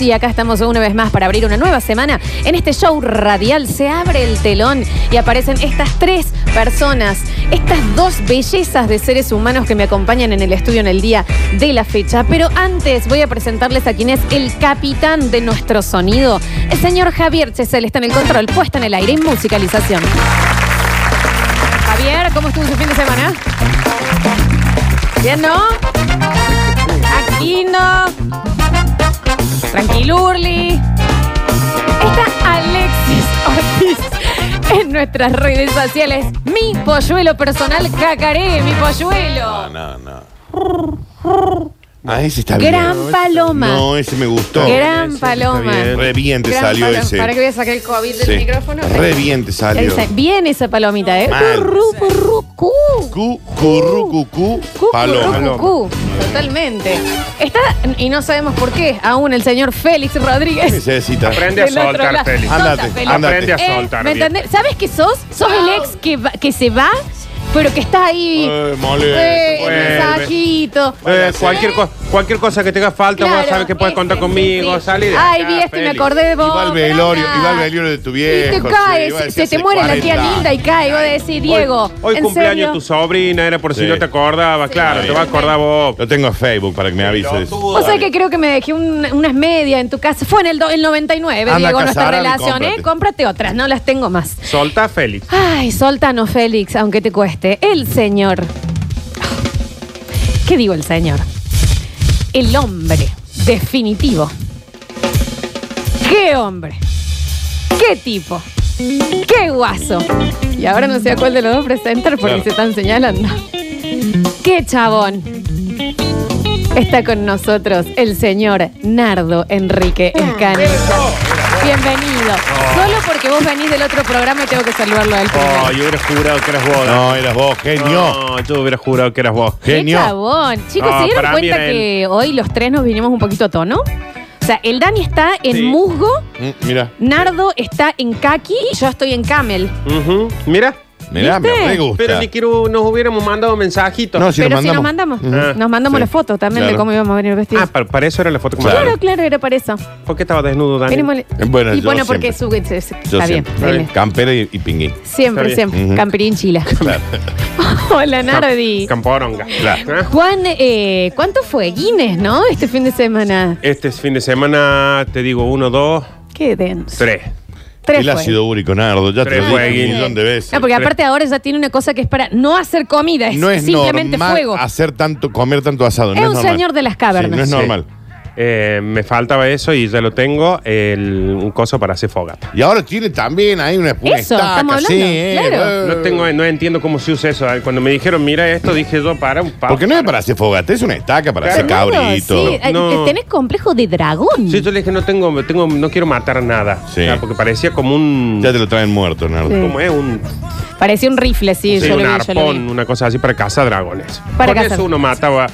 Y acá estamos una vez más para abrir una nueva semana. En este show radial se abre el telón y aparecen estas tres personas, estas dos bellezas de seres humanos que me acompañan en el estudio en el día de la fecha. Pero antes voy a presentarles a quien es el capitán de nuestro sonido, el señor Javier Chesel. Está en el control, puesta en el aire y musicalización. Javier, ¿cómo estuvo su fin de semana? ¿Bien, no? Aquí no. Tranquilurli. Está Alexis Ortiz en nuestras redes sociales. Mi polluelo personal, cacaré, mi polluelo. No, no. Ah, ese está bien. Gran paloma. No, ese me gustó. Eh, Gran Ese paloma. está bien. Re bien te Gran salió paloma. ese. Para que voy a sacar el COVID del Sí. micrófono. Re bien te Ahí salió. está. Bien esa palomita, ¿eh? Mal. Curru, curru, cu. Cu, curru, cucú, Cu, paloma. curru, cu, cu. Totalmente. Está, y no sabemos por qué, aún el señor Félix ¿Qué Rodríguez. necesita? Aprende a Del otro soltar, lado. Félix. Solta, Ándate, Félix. ándate. Aprende a Eh, soltar. ¿Me bien. entendés? ¿Sabes qué sos? Sos el ex que, va- que se va, pero que está ahí. Eh, molesto, Eh, el vuelve. mensajito. Eh, cualquier, co- cualquier cosa que tenga falta, vos Claro, sabes que puedes ese, contar sí, conmigo, sí. salir. Ay, vi este, me acordé de vos. Iba al pero velorio, nada. iba al velorio de tu Y te viejo. sí, iba a caes, decir se te hace muere la tía 40. Linda y cae. Y vos decís, Diego, Hoy, ¿en cumpleaños serio? tu sobrina, era por si Sí. no te acordaba, claro, Sí. te vas a acordar vos. Lo tengo en Facebook para que me avises. O sea que creo que me dejé un- unas medias en tu casa. Fue en el, do- el 99, Anda Diego, a nuestra cazar algo y relación, ¿eh? cómprate. Cómprate otras, no las tengo más. Solta, Félix. Ay, soltano Félix, aunque te cueste. El señor. ¿Qué digo el señor? El hombre definitivo. ¿Qué hombre? ¿Qué tipo? ¿Qué guaso? Y ahora no sé a cuál de los dos presentar porque Claro. se están señalando. ¿Qué chabón? Está con nosotros el señor Nardo Enrique Escani. Bienvenido. Solo porque vos venís del otro programa y tengo que saludarlo a él primero. Oh, yo hubiera jurado que eras vos. No, eras vos, genio. No, yo hubiera jurado que eras vos. ¡Qué Genio. chabón! Chicos, No, ¿se dieron para mí cuenta era que hoy los tres nos vinimos un poquito a tono? O sea, el Dani está en Sí. musgo, Mm, Mira, Nardo está en kaki y yo estoy en camel. Ah, Ujú, Mira, mira, ¿Viste? me re gusta. pero ni que hu- nos hubiéramos mandado mensajitos. No, si Pero nos si nos mandamos, mandamos. Ujú. nos mandamos Sí. las fotos también de Claro. cómo íbamos a venir Ah, vestidos. para, para eso era la foto que Claro. claro, claro, era para eso. ¿Por qué estaba desnudo, Dani? Venimos- Bueno, y yo bueno, porque su, Yo está bien. siempre. dale. Campera y, y pingüín. Siempre, Está bien. siempre. Ujú. Camperín Chila. Claro. Hola, Cam- Nardi. Camporonga. Claro. ¿Eh? Juan, eh, ¿cuánto fue Guinness, no? Este fin de semana. Este fin de semana te digo uno, dos, Qué denso. tres. Tres El fue. ácido úrico, Nardo. Ya te Tres lo dije jueguitos. un millón de veces. No, porque Tres. aparte ahora ya tiene una cosa que es para no hacer comida, es, no es simplemente normal fuego. hacer tanto, comer tanto asado. no Es es un normal. señor de las cavernas. Sí, no es Sí. normal. Eh, me faltaba eso y ya lo tengo, el, un coso para hacer fogata. Y ahora tiene también ahí una, una Eso, estaca, estamos hablando, sí, eh, claro. eh, No tengo, no entiendo cómo se usa eso. Cuando me dijeron, mira esto, dije yo, para un pa. Porque no es para hacer fogata, es una estaca para hacer Claro, cabrito. sí, eh, No. Tenés complejo de dragón. Sí, yo le dije, no tengo, tengo no quiero matar nada. Sí. O sea, porque parecía como un. Ya te lo traen muerto, Nardo. Sí. ¿Cómo es? Un, Parecía un rifle, sí, sí, yo, un lo vi, yo lo vi. arpón, una cosa así para cazar dragones. Para Con cazar. eso uno mataba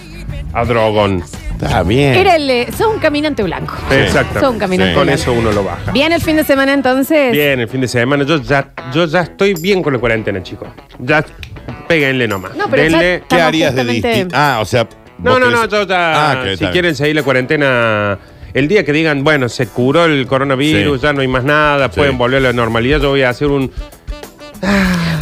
a dragón. Está bien. Era el. eh, sos un caminante blanco. Sí. Exacto. Sos un caminante Sí. Con blanco. eso uno lo baja. Bien el fin de semana entonces. Bien, el fin de semana. Yo ya, yo ya estoy bien con la cuarentena, chicos. Ya péguenle nomás. No, pero ya- Denle- ¿Qué Estamos harías justamente- de distinto? Ah, o sea. No, vos no, no, querés- yo ya. Ah, que si está bien. quieren seguir la cuarentena, el día que digan, bueno, se curó el coronavirus, Sí. ya no hay más nada, Sí. pueden volver a la normalidad, yo voy a hacer un.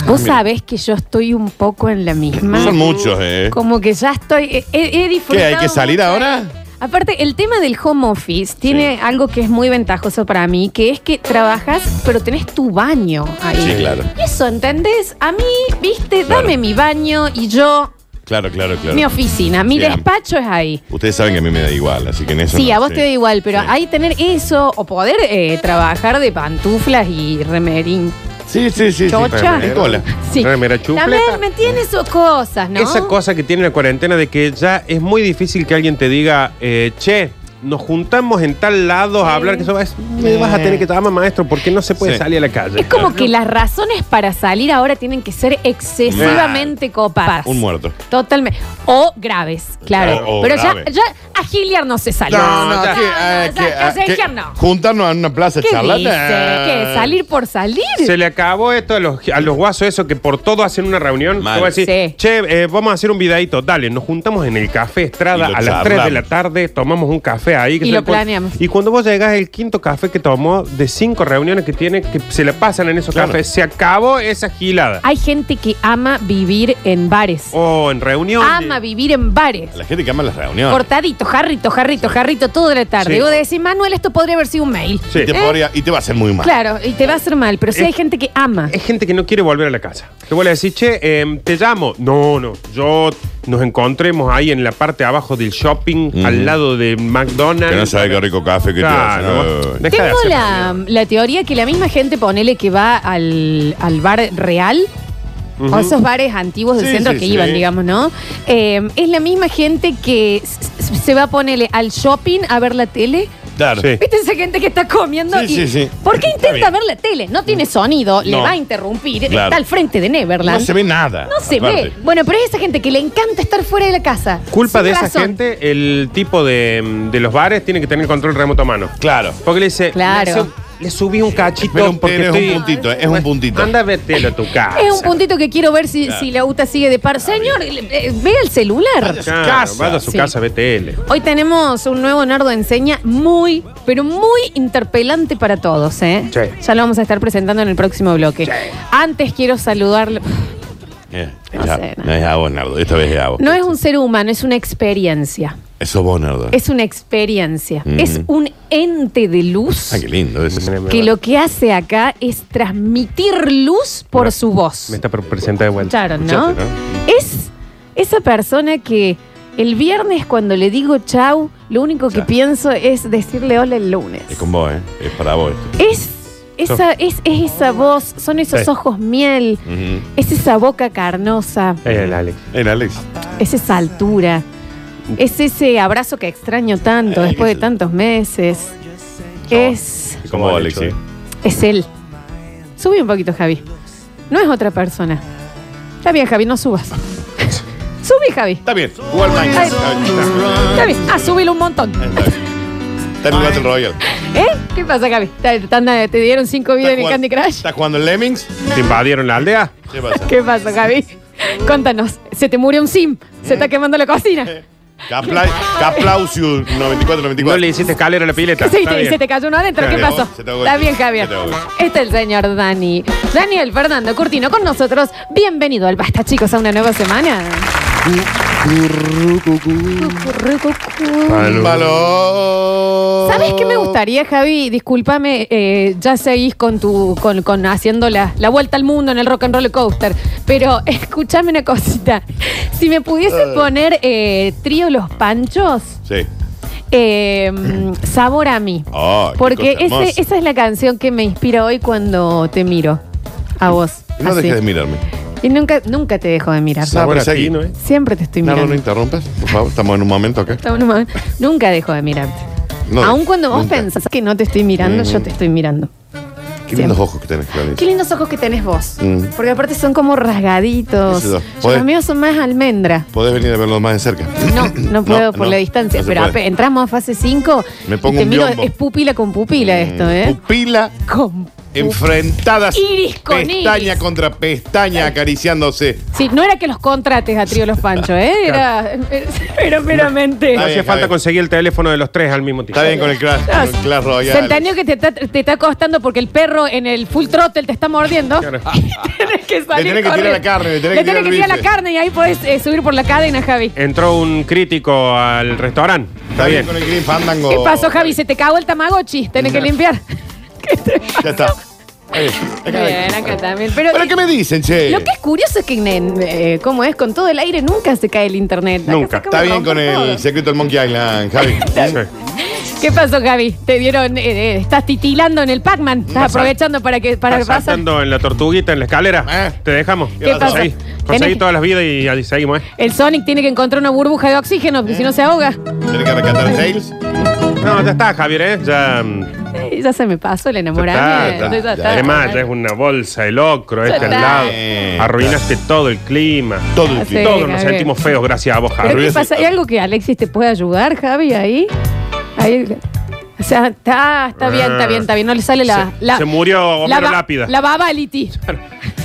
Vos sabés que yo estoy un poco en la misma. Son muchos, ¿eh? Como que ya estoy. eh, He, he disfrutado. ¿Qué, hay que salir mucho. ahora? Aparte, el tema del home office tiene algo que es muy ventajoso para mí, que es que trabajas, pero tenés tu baño ahí. Sí, claro. Y eso, ¿entendés? A mí, viste, Claro. dame mi baño y yo, Claro, claro, claro. mi oficina, mi Bien. despacho es ahí. Ustedes saben que a mí me da igual, así que en eso. Sí, no, a vos te da igual, pero Sí. ahí tener eso o poder eh, trabajar de pantuflas y remerín. Sí, sí, sí. sí. Chocha. Me cola. Sí. remera chufleta. También me tiene sus cosas, ¿no? Esa cosa que tiene la cuarentena de que ya es muy difícil que alguien te diga, eh, che, nos juntamos en tal lado a hablar, que eso es- me vas a tener que llamar maestro porque no se puede Sí. salir a la calle. Es como que las razones para salir ahora tienen que ser excesivamente copadas. Un muerto. Totalmente. O graves, claro. O- o Pero grave. ya, ya a Giliar no se salió. no, ya no, que- ah, no, que- ya, ah, ya, que- ya, no. Juntarnos en una plaza ¿Qué charlata. dice? ¿Qué? ¿Salir por salir? Se le acabó esto a los, a los guasos, eso que por todo hacen una reunión. Mal. Te voy a decir, Sí. che, eh, vamos a hacer un videito. Dale, nos juntamos en el café Estrada Y lo a las 3 de charlamos. la tarde, tomamos un café café ahí. que Y sé lo cuál. planeamos. Y cuando vos llegas, el quinto café que tomó de cinco reuniones que tiene, que se le pasan en esos Claro. Ah. cafés, se acabó esa gilada. Hay gente que ama vivir en bares. O en reunión. Ah, ama vivir en bares. La gente que ama las reuniones. Cortadito, jarrito, jarrito, jarrito, toda la tarde. Sí. Vos decís, Manuel, esto podría haber sido un mail. Sí. Y, te Eh. podría- y te va a hacer muy mal. Claro, y te va a hacer mal, pero sí Eh. hay gente que ama. Es gente que no quiere volver a la casa. Te vuelve a decir, che, em, te llamo. No, no, yo nos encontremos ahí en la parte de abajo del shopping, Mm. al lado de McDonald's. Que no sabe qué rico café que Claro. te hace. Deja de Tengo hacer la, la teoría que la misma gente, ponele, que va al, al bar real, Ujú. o esos bares antiguos del Sí, centro sí, que sí. iban, digamos, ¿no? Eh, es la misma gente que s- se va a ponerle al shopping a ver la tele. Claro. Sí. ¿Viste esa gente que está comiendo? Sí, y- sí, sí. ¿Por qué Está intenta bien. ver la tele? No tiene sonido, le No. va a interrumpir, Claro. está al frente de Neverland. No se ve nada. No se aparte. ve. Bueno, pero es esa gente que le encanta estar fuera de la casa. Culpa Sin de esa razón. gente, el tipo de, mm, de los bares tiene que tener control remoto a mano. Claro. Porque le dice, Claro. le, sub- le subí un cachito Pero un- porque pero es un estoy- puntito, es un puntito. Anda a vértelo a tu casa. Es un puntito que quiero ver si, Claro. si la UTA sigue de par. Señor, eh, eh, ve el celular. Vaya. Claro, Casa. vaya a su Sí. casa, BTL. Hoy tenemos un nuevo Nardo Enseña muy, pero muy interpelante para todos, ¿eh? Sí. Ya lo vamos a estar presentando en el próximo bloque. Antes quiero saludarle. Eh, No ya, sé, no. no es a vos, Nardo. Esta vez es a vos. No es un ser humano, es una experiencia. Eso vos, Nardo. Es una experiencia. Mm. Es un ente de luz Ah, qué lindo. Eso. que lo que hace acá es transmitir luz por Mira, su voz. Me está por presentar de vuelta. Escucharon, ¿no? Escuchaste, Es esa persona que el viernes cuando le digo chau, lo único que Chau. pienso es decirle hola el lunes. Es con vos, ¿eh? Es para vos esto. Es esa, es, es esa voz, son esos Sí. ojos miel, Ujú. es esa boca carnosa, Es Eh, el Alex. Era Alex. es esa altura, es ese abrazo que extraño tanto Eh, después de es- tantos meses. Es, Es como vos, Alex. sí. es él. Sube un poquito, Javi. No es otra persona. Está bien, Javi, no subas. Sube, Javi. Está bien. Igual mañana. Ay. Está bien. Gaby, ah, súbelo un montón. Está bien. Está en el Battle Royale. ¿Eh? ¿Qué pasa, Gaby? ¿Te, te- te dieron cinco vidas en el Candy jugando- Crush? ¿Estás jugando en Lemmings? ¿Te invadieron la aldea? ¿Qué pasa? ¿Qué pasa, Gaby? Contanos. Se te murió un sim. Se está quemando la cocina. Capla- Caplausius 94-94. No le hiciste escalera a la pileta. Sí, Está te- bien. se te cayó uno adentro. Se ¿Qué te pasó? ahogó, se te ahogó. Está bien, Javier. Se te ahogó. Este es el señor Dani. Daniel Fernando Curtino con nosotros. Bienvenido al Basta, chicos, a una nueva semana. Palo. Valor. ¿Sabes qué me gustaría, Javi? Discúlpame, eh, ya seguís con tu, con, con haciendo la, la vuelta al mundo en el rock and roller coaster. Pero escúchame una cosita. Si me pudiese poner eh, trío Los Panchos, Sí. eh, mm, sabor a mí. Oh, qué Porque cosa ese- hermosa. esa es la canción que me inspira hoy cuando te miro. A vos. No así. dejes de mirarme. Y nunca, nunca te dejo de mirar. Sa- Sabor a Seguí. ti, ¿no es? Siempre te estoy Nardo, no mirando. interrumpas, por favor. Estamos en un momento acá. Estamos en un momento- Nunca dejo de mirarte. No, Aun cuando vos nunca. pensás que no te estoy mirando, yo Mm. te estoy mirando. Qué lindos Siempre. ojos que tenés, Qué Florencia. lindos ojos que tenés vos. Mm. Porque aparte son como rasgaditos. Eso, Yo, podés- Los míos son más almendra. Podés venir a verlos más de cerca. No, no puedo por no, la distancia. no se pero puede. ape- entramos a fase 5. Me pongo te un miro, biombo. Mm, es pupila con pupila esto, ¿eh? Pupila Con pu- enfrentadas. Iris con iris. Pestaña contra pestaña acariciándose. Sí, no era que los contrates a Trío Los Pancho, ¿eh? Era, era meramente. No Está hacía bien, falta Javi. conseguir el teléfono de los tres al mismo tiempo. Está bien con el Clash, con el Clash Royale. Centenio que te está, te está costando porque el perro en el full throttle te está mordiendo. Claro. tenés que salir Le tenés que tirar corriendo. la carne, le tenés que tirar el tirar la bife. carne y ahí podés eh, subir por la cadena, Javi. Entró un crítico al restaurante. Está bien con el Green Fandango. ¿Qué pasó, Javi? Se te cagó el tamagotchi. Tenés que limpiar. ¿Qué te Ya está. Está bien. Acá Bien, hay. acá también. Pero, eh, ¿Pero qué me dicen, che? lo que es curioso es que, nen, eh, ¿cómo es? Con todo el aire nunca se cae el internet. Acá Nunca. se acaba Está de bien con romper todo. el secreto del Monkey Island, Javi. Sí. ¿Qué pasó, Javi? Te dieron. eh, eh, estás titilando en el Pac-Man. Estás Pasa- aprovechando para que para que Estás pasa. saltando en la tortuguita, en la escalera. Eh. Te dejamos. ¿Qué pasa? Conseguí, Tenés- conseguí todas las vidas y allí seguimos, ¿eh? El Sonic tiene que encontrar una burbuja de oxígeno porque si no se ahoga. Tiene que rescatar a Tails. No, ya está, Javier, ¿eh? Ya. mm, Eh, ya se me pasó el ya enamoramiento. está, ya ya. está. Además, ya es una bolsa de locro Ya este al está. lado. Eh, Arruinaste todo el clima. Todo el Ah, clip. sí. Todos nos Javier. sentimos feos gracias a vos, ¿Pero Javier. qué pasa? ¿Hay algo que Alexis te puede ayudar, Javi, ahí? Ahí. O sea, está, está bien, está bien, está bien. No le sale la. Se- la- se murió Homero ba- Lápida. La babality.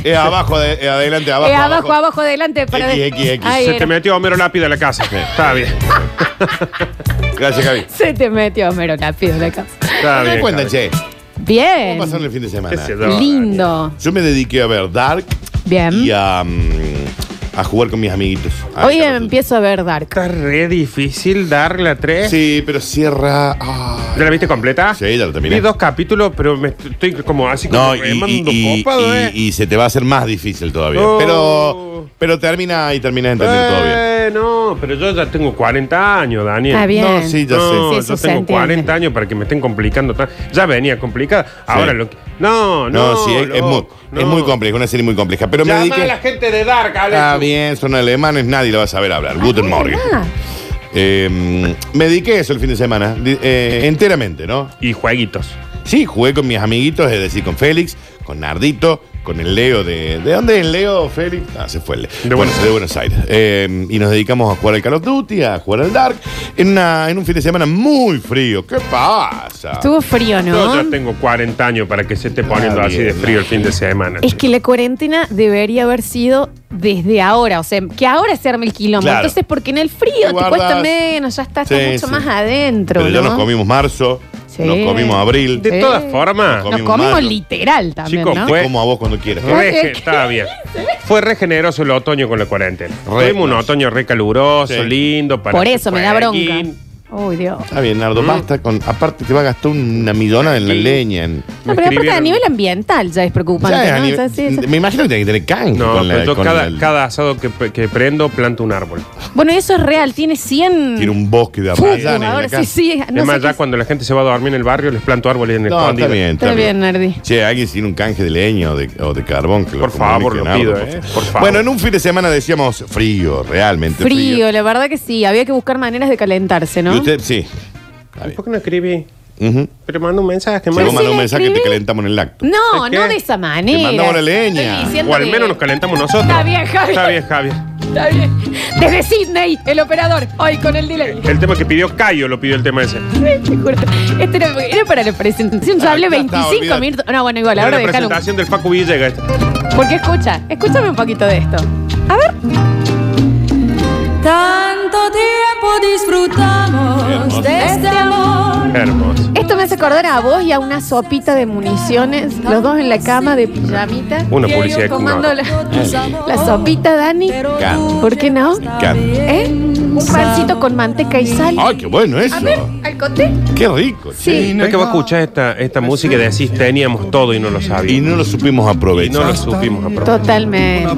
Es abajo, de- eh, adelante, abajo. Eh, abajo, abajo, adelante. Para X, X, X. Ahí Se era. te metió Homero Lápida en la casa. Está bien. Gracias, Javi. Se te metió Homero Lápido de acá. Está ¿Te das bien, cuenta, Javi. che? Bien. ¿Cómo pasaron el fin de Qué semana? sé yo, Lindo. Yo me dediqué a ver Dark Bien. y a, mm, a jugar con mis amiguitos. A Em. Hoy ver, empiezo a ver Dark. Está re difícil dar la 3. Sí, pero cierra. ay. ¿Ya la viste completa? Sí, ya la terminé. Vi dos capítulos, pero me est- estoy como así como No, y, remando y- copado, y- ¿eh? y se te va a hacer más difícil todavía. Oh. Pero, pero termina y termina de entender todo bien. Eh, no, pero yo ya tengo 40 años, Daniel. Está bien. No, sí, ya No, sé. Sí, eso yo se tengo entiende. 40 años para que me estén complicando. tan- Ya venía complicada. Ahora lo que. No, no. No, sí, es, es muy, loco, no. es muy compleja, una serie muy compleja. Pero me Llama dediqué. a la gente de Dark, Alex. Está bien, son alemanes, nadie lo va a saber hablar. Guten Morgen. Ah, Eh, me dediqué eso el fin de semana, di- eh, enteramente, ¿no? Y jueguitos. Sí, jugué con mis amiguitos, es decir, con Félix, con Nardito, con el Leo de. ¿De dónde es el Leo, Félix? Ah, se fue el Leo. De bueno, Buenos de Buenos Aires. Eh, y nos dedicamos a jugar al Call of Duty, a jugar al Dark, en, una- en un fin de semana muy frío. ¿Qué pasa? Estuvo frío, Yo ya ¿no? tengo 40 años para que se esté poniendo Está así de bien. frío el fin de semana. Es che. que la cuarentena debería haber sido desde ahora, o sea, que ahora se arme el quilombo. Claro. Entonces, porque en el frío te Guardas. cuesta menos, ya estás Sí, mucho sí. más adentro. Pero ya ¿no? nos comimos marzo, Sí. nos comimos abril. De Sí. todas Nos No formas, comimos comimos malo. literal también, Chicos, ¿no? fue- Como a vos cuando quieras. Re, ¿Qué? estaba bien. Fue re generoso el otoño con la cuarentena. Re- Tuvimos un otoño re caluroso, Sí. lindo. Para Por eso me da bronca. jueguín. Uy, Dios. Está bien, Nardo, Mm. basta con. Aparte te va a gastar una millona en la leña. No, en- Me pero aparte a escribieron- nivel ambiental ya es preocupante, Ya es a ¿no? nivel- O sea, sí, eso- Me imagino que tiene que tener canje No, con la. pero yo con cada, la- cada asado que, que prendo planto un árbol. Bueno, eso es real, tiene 100 Tiene un bosque de fujos, arrayanes en la ahora casa. sí, sí, no Además, sé ya qué- cuando la gente se va a dormir en el barrio, les planto árboles en el No, está escondido. bien, Está bien, Nardi. Che, alguien tiene un canje de leña o de, o de carbón. Que Por favor, comunique, lo Nardo, pido, por eh, favor. por favor. Bueno, en un fin de semana decíamos frío, realmente frío. Frío, la verdad que sí, había que buscar maneras de calentarse, ¿no? Y usted, sí. Está ¿Y bien. ¿Por qué no escribí? Ujú. Pero mando un mensaje. Si mando- vos mandás un le mensaje, te escribí. calentamos en el acto. No, ¿Es qué? no de esa manera. Te mandamos la leña. Estoy diciendo O al que- menos nos calentamos nosotros. Está bien, Javier. Está bien, Javier. Está bien. Desde Sydney, el operador, hoy con el delay. El tema que pidió Cayo lo pidió el tema ese. Te juro. Este era, era para la presentación. Yo Ah, hablé ya está, 25 olvídate. minutos. No, bueno, igual, Era ahora la déjalo. presentación del Facu Villegas. Porque escucha, escúchame un poquito de esto. A ver. Tanto tiempo disfrutamos de este amor. Hermoso. Esto me hace acordar a vos y a una sopita de municiones, los dos en la cama de pijamita. Una publicidad que Tomando no. la, la sopita, Dani. ¿Por qué no? ¿Eh? Un pancito con manteca y sal. Ay, qué bueno eso. A ver, al coté. Qué rico. Sí. ¿Sabes que vos escuchás esta, esta música y decís teníamos todo y no lo che. Y sabíamos? no lo supimos Y no aprovechar. lo supimos a propósito. Totalmente.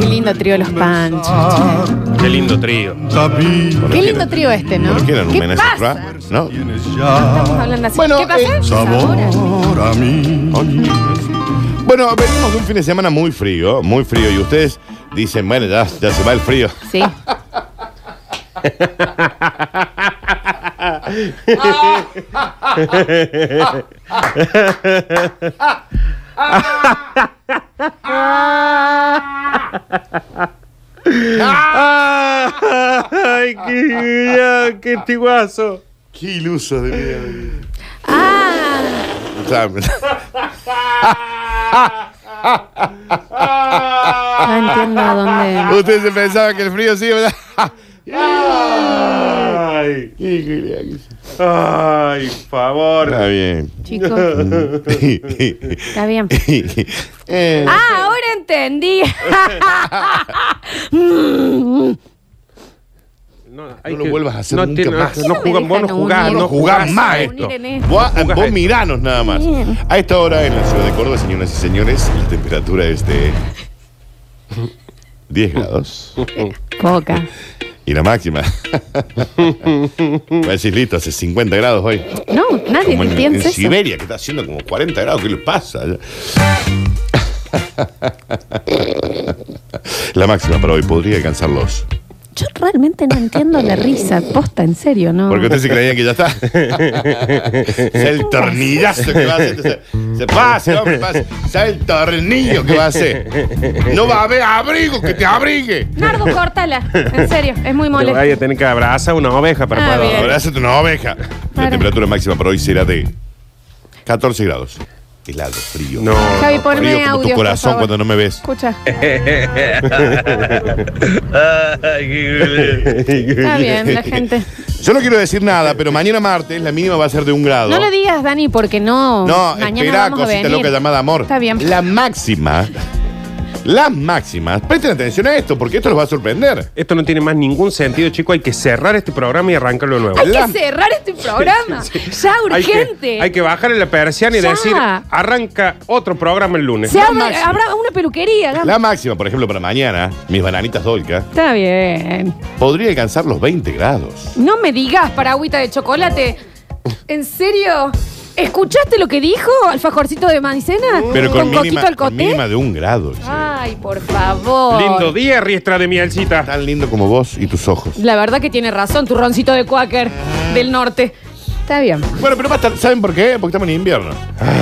Qué lindo trío los panchos. Qué lindo trío. Bueno, Qué ¿qué lindo era? trío este, ¿no? ¿Por qué eran un ¿Qué homenaje a pasa? Fra? ¿No? Estamos hablando así. Bueno, ¿Qué pasa? eh, Ahora. Bueno, venimos de un fin de semana muy frío, muy frío. Y ustedes dicen, bueno, ya, ya se va el frío. Sí. ¡Ay, qué, ya, qué tiguazo! Qué iluso de mierda. Ah, Está- no entiendo a dónde. Ustedes se pensaban que el frío sí, ¿verdad? ¡Ay! ¡Ay, favor! Está bien. Chicos, está bien. Eh, Ah, ahora entendí. No, No lo vuelvas a hacer no nunca tiene- más. No ¿Por qué no me jugás, vos no dejan jugás, unir? no jugás jugás. más Unir esto. en esto. Vos, Jugás vos esto. miranos nada más. A esta hora en la ciudad de Córdoba, señoras y señores, la temperatura es de 10 grados. Poca. Y la máxima. Voy a decir, listo, hace 50 grados hoy. No, nadie Como te en, en piensa eso. Siberia, que está haciendo como 40 grados, ¿qué le pasa? La máxima para hoy podría alcanzar los. Yo realmente no entiendo la risa. Posta, en serio, ¿no? Porque ustedes se creían que ya está. Es el tornillazo que va a hacer. Se, se pasa, hombre, pasa. ¿Sabe el tornillo que va a hacer? No va a haber abrigo que te abrigue. Nardo, córtala. En serio, es muy Te molesto. vaya a tener que abrazar una oveja para Ah, poder bien. Abrázate una oveja. La Para. temperatura máxima para hoy será de 14 grados. Helado, frío. No. Javi, ponme frío como audio. tu por corazón favor. cuando no me ves. Escucha. Ay, qué Está bien, la gente. Yo no quiero decir nada, pero mañana martes la mínima va a ser de un grado. No le digas, Dani, porque no. No, espera, vamos a cosita venir. loca llamada amor. Está bien. La máxima. Las máximas. Presten atención a esto, porque esto los va a sorprender. Esto no tiene más ningún sentido, chico. Hay que cerrar este programa y arrancarlo de nuevo. Hay la- que cerrar este programa. Ya Hay que- Hay urgente. que, bajar en la persiana y Ya. decir, arranca otro programa el lunes. Se La abre- máxima. habrá una peluquería. hagamos. La máxima, por ejemplo, para mañana, mis bananitas dolca, Está bien. podría alcanzar los 20 grados. No me digas paragüita de chocolate. ¿En serio? ¿Escuchaste lo que dijo? Alfajorcito de maicena. Pero con, mínima, coquito al con coté. mínima de un grado. che. Ay, por favor. Lindo día, riestra de mielcita. Tan lindo como vos y tus ojos. La verdad que tiene razón, tu roncito de Quaker del norte. Está bien. Bueno, pero basta, ¿saben por qué? Porque estamos en invierno.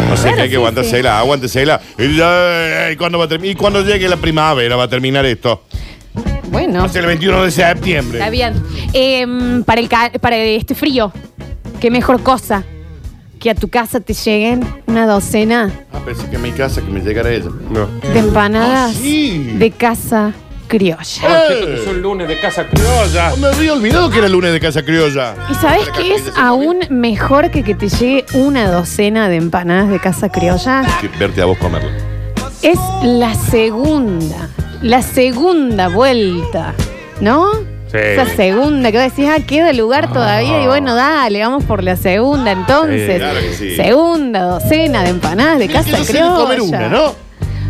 No sé Claro, que hay que sí, aguantarse sí. la, aguántese la. Y, ya, eh, ¿cuándo va a termi- y cuando llegue la primavera va a terminar esto. Bueno, Va a ser el 21 de septiembre. está bien. Em, para, el ca- para este frío, qué mejor cosa que a tu casa te lleguen una docena Ah, pensé que en mi casa que me llegara ella. No. de empanadas Ah, sí. de casa criolla. ¡Eh! Son lunes de casa criolla. Me había olvidado que era lunes de Casa Criolla. ¿Y sabes qué es aún mejor que que te llegue una docena de empanadas de casa criolla? Que verte a vos comerlo. Es la segunda, la segunda vuelta, ¿no? Sí. Esa segunda que vos decís, ah, queda lugar todavía y bueno, dale, vamos por la segunda entonces. Sí, claro que sí. Segunda docena de empanadas de Que casa yo sé de criolla. comer una, ¿no?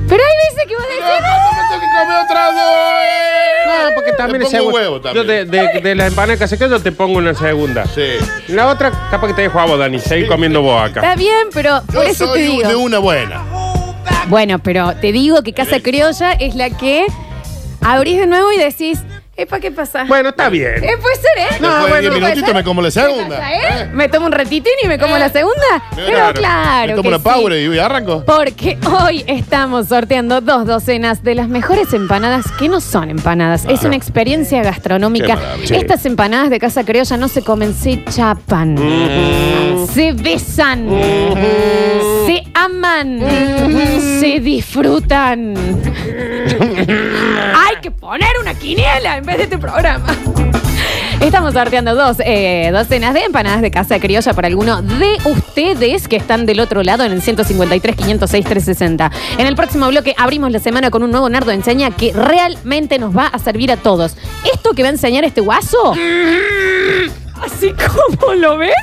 Pero hay veces que vos decís, "Ah, No, me tengo que comer otra vez. No, porque también Le es pongo segunda. huevo también. Yo de, de, de la empanada que se queda, yo te pongo una segunda. Sí. La otra, capaz que te dejo a vos, Dani. Seguí comiendo vos acá. está bien, pero Yo por eso soy te digo. de una buena. Bueno, pero te digo que Casa Criolla es la que abrís de nuevo y decís, ¿para qué pasa? Bueno, está bien. Eh, puede ser, ¿eh? No, Después de bueno, 10 ¿Puede minutitos ser? me como la ¿Qué segunda, ¿Eh? pasa, eh? Me tomo un retitín y me como la segunda. Pero claro. Me tomo que una sí. power y arranco. Porque hoy estamos sorteando dos docenas de las mejores empanadas que no son empanadas. es una experiencia Qué gastronómica. maravilla. Estas empanadas de Casa Criolla no se comen, se chapan. Se besan. Se aman. Se disfrutan. Hay que poner una quiniela en vez de este programa. Estamos sorteando dos eh, docenas de empanadas de casa criolla para alguno de ustedes que están del otro lado en el 153 506 360. En el próximo bloque abrimos la semana con un nuevo Nardo Enseña que realmente nos va a servir a todos. Esto que va a enseñar este guaso, así como lo ves,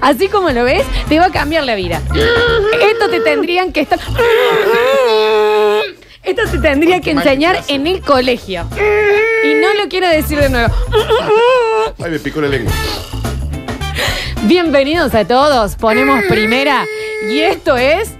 así como lo ves, te va a cambiar la vida. Esto te tendrían que estar... Esto te tendría que enseñar en el colegio. Y no lo quiero decir de nuevo. Ay, me picó la lengua. Bienvenidos a todos. Ponemos primera. Y esto es.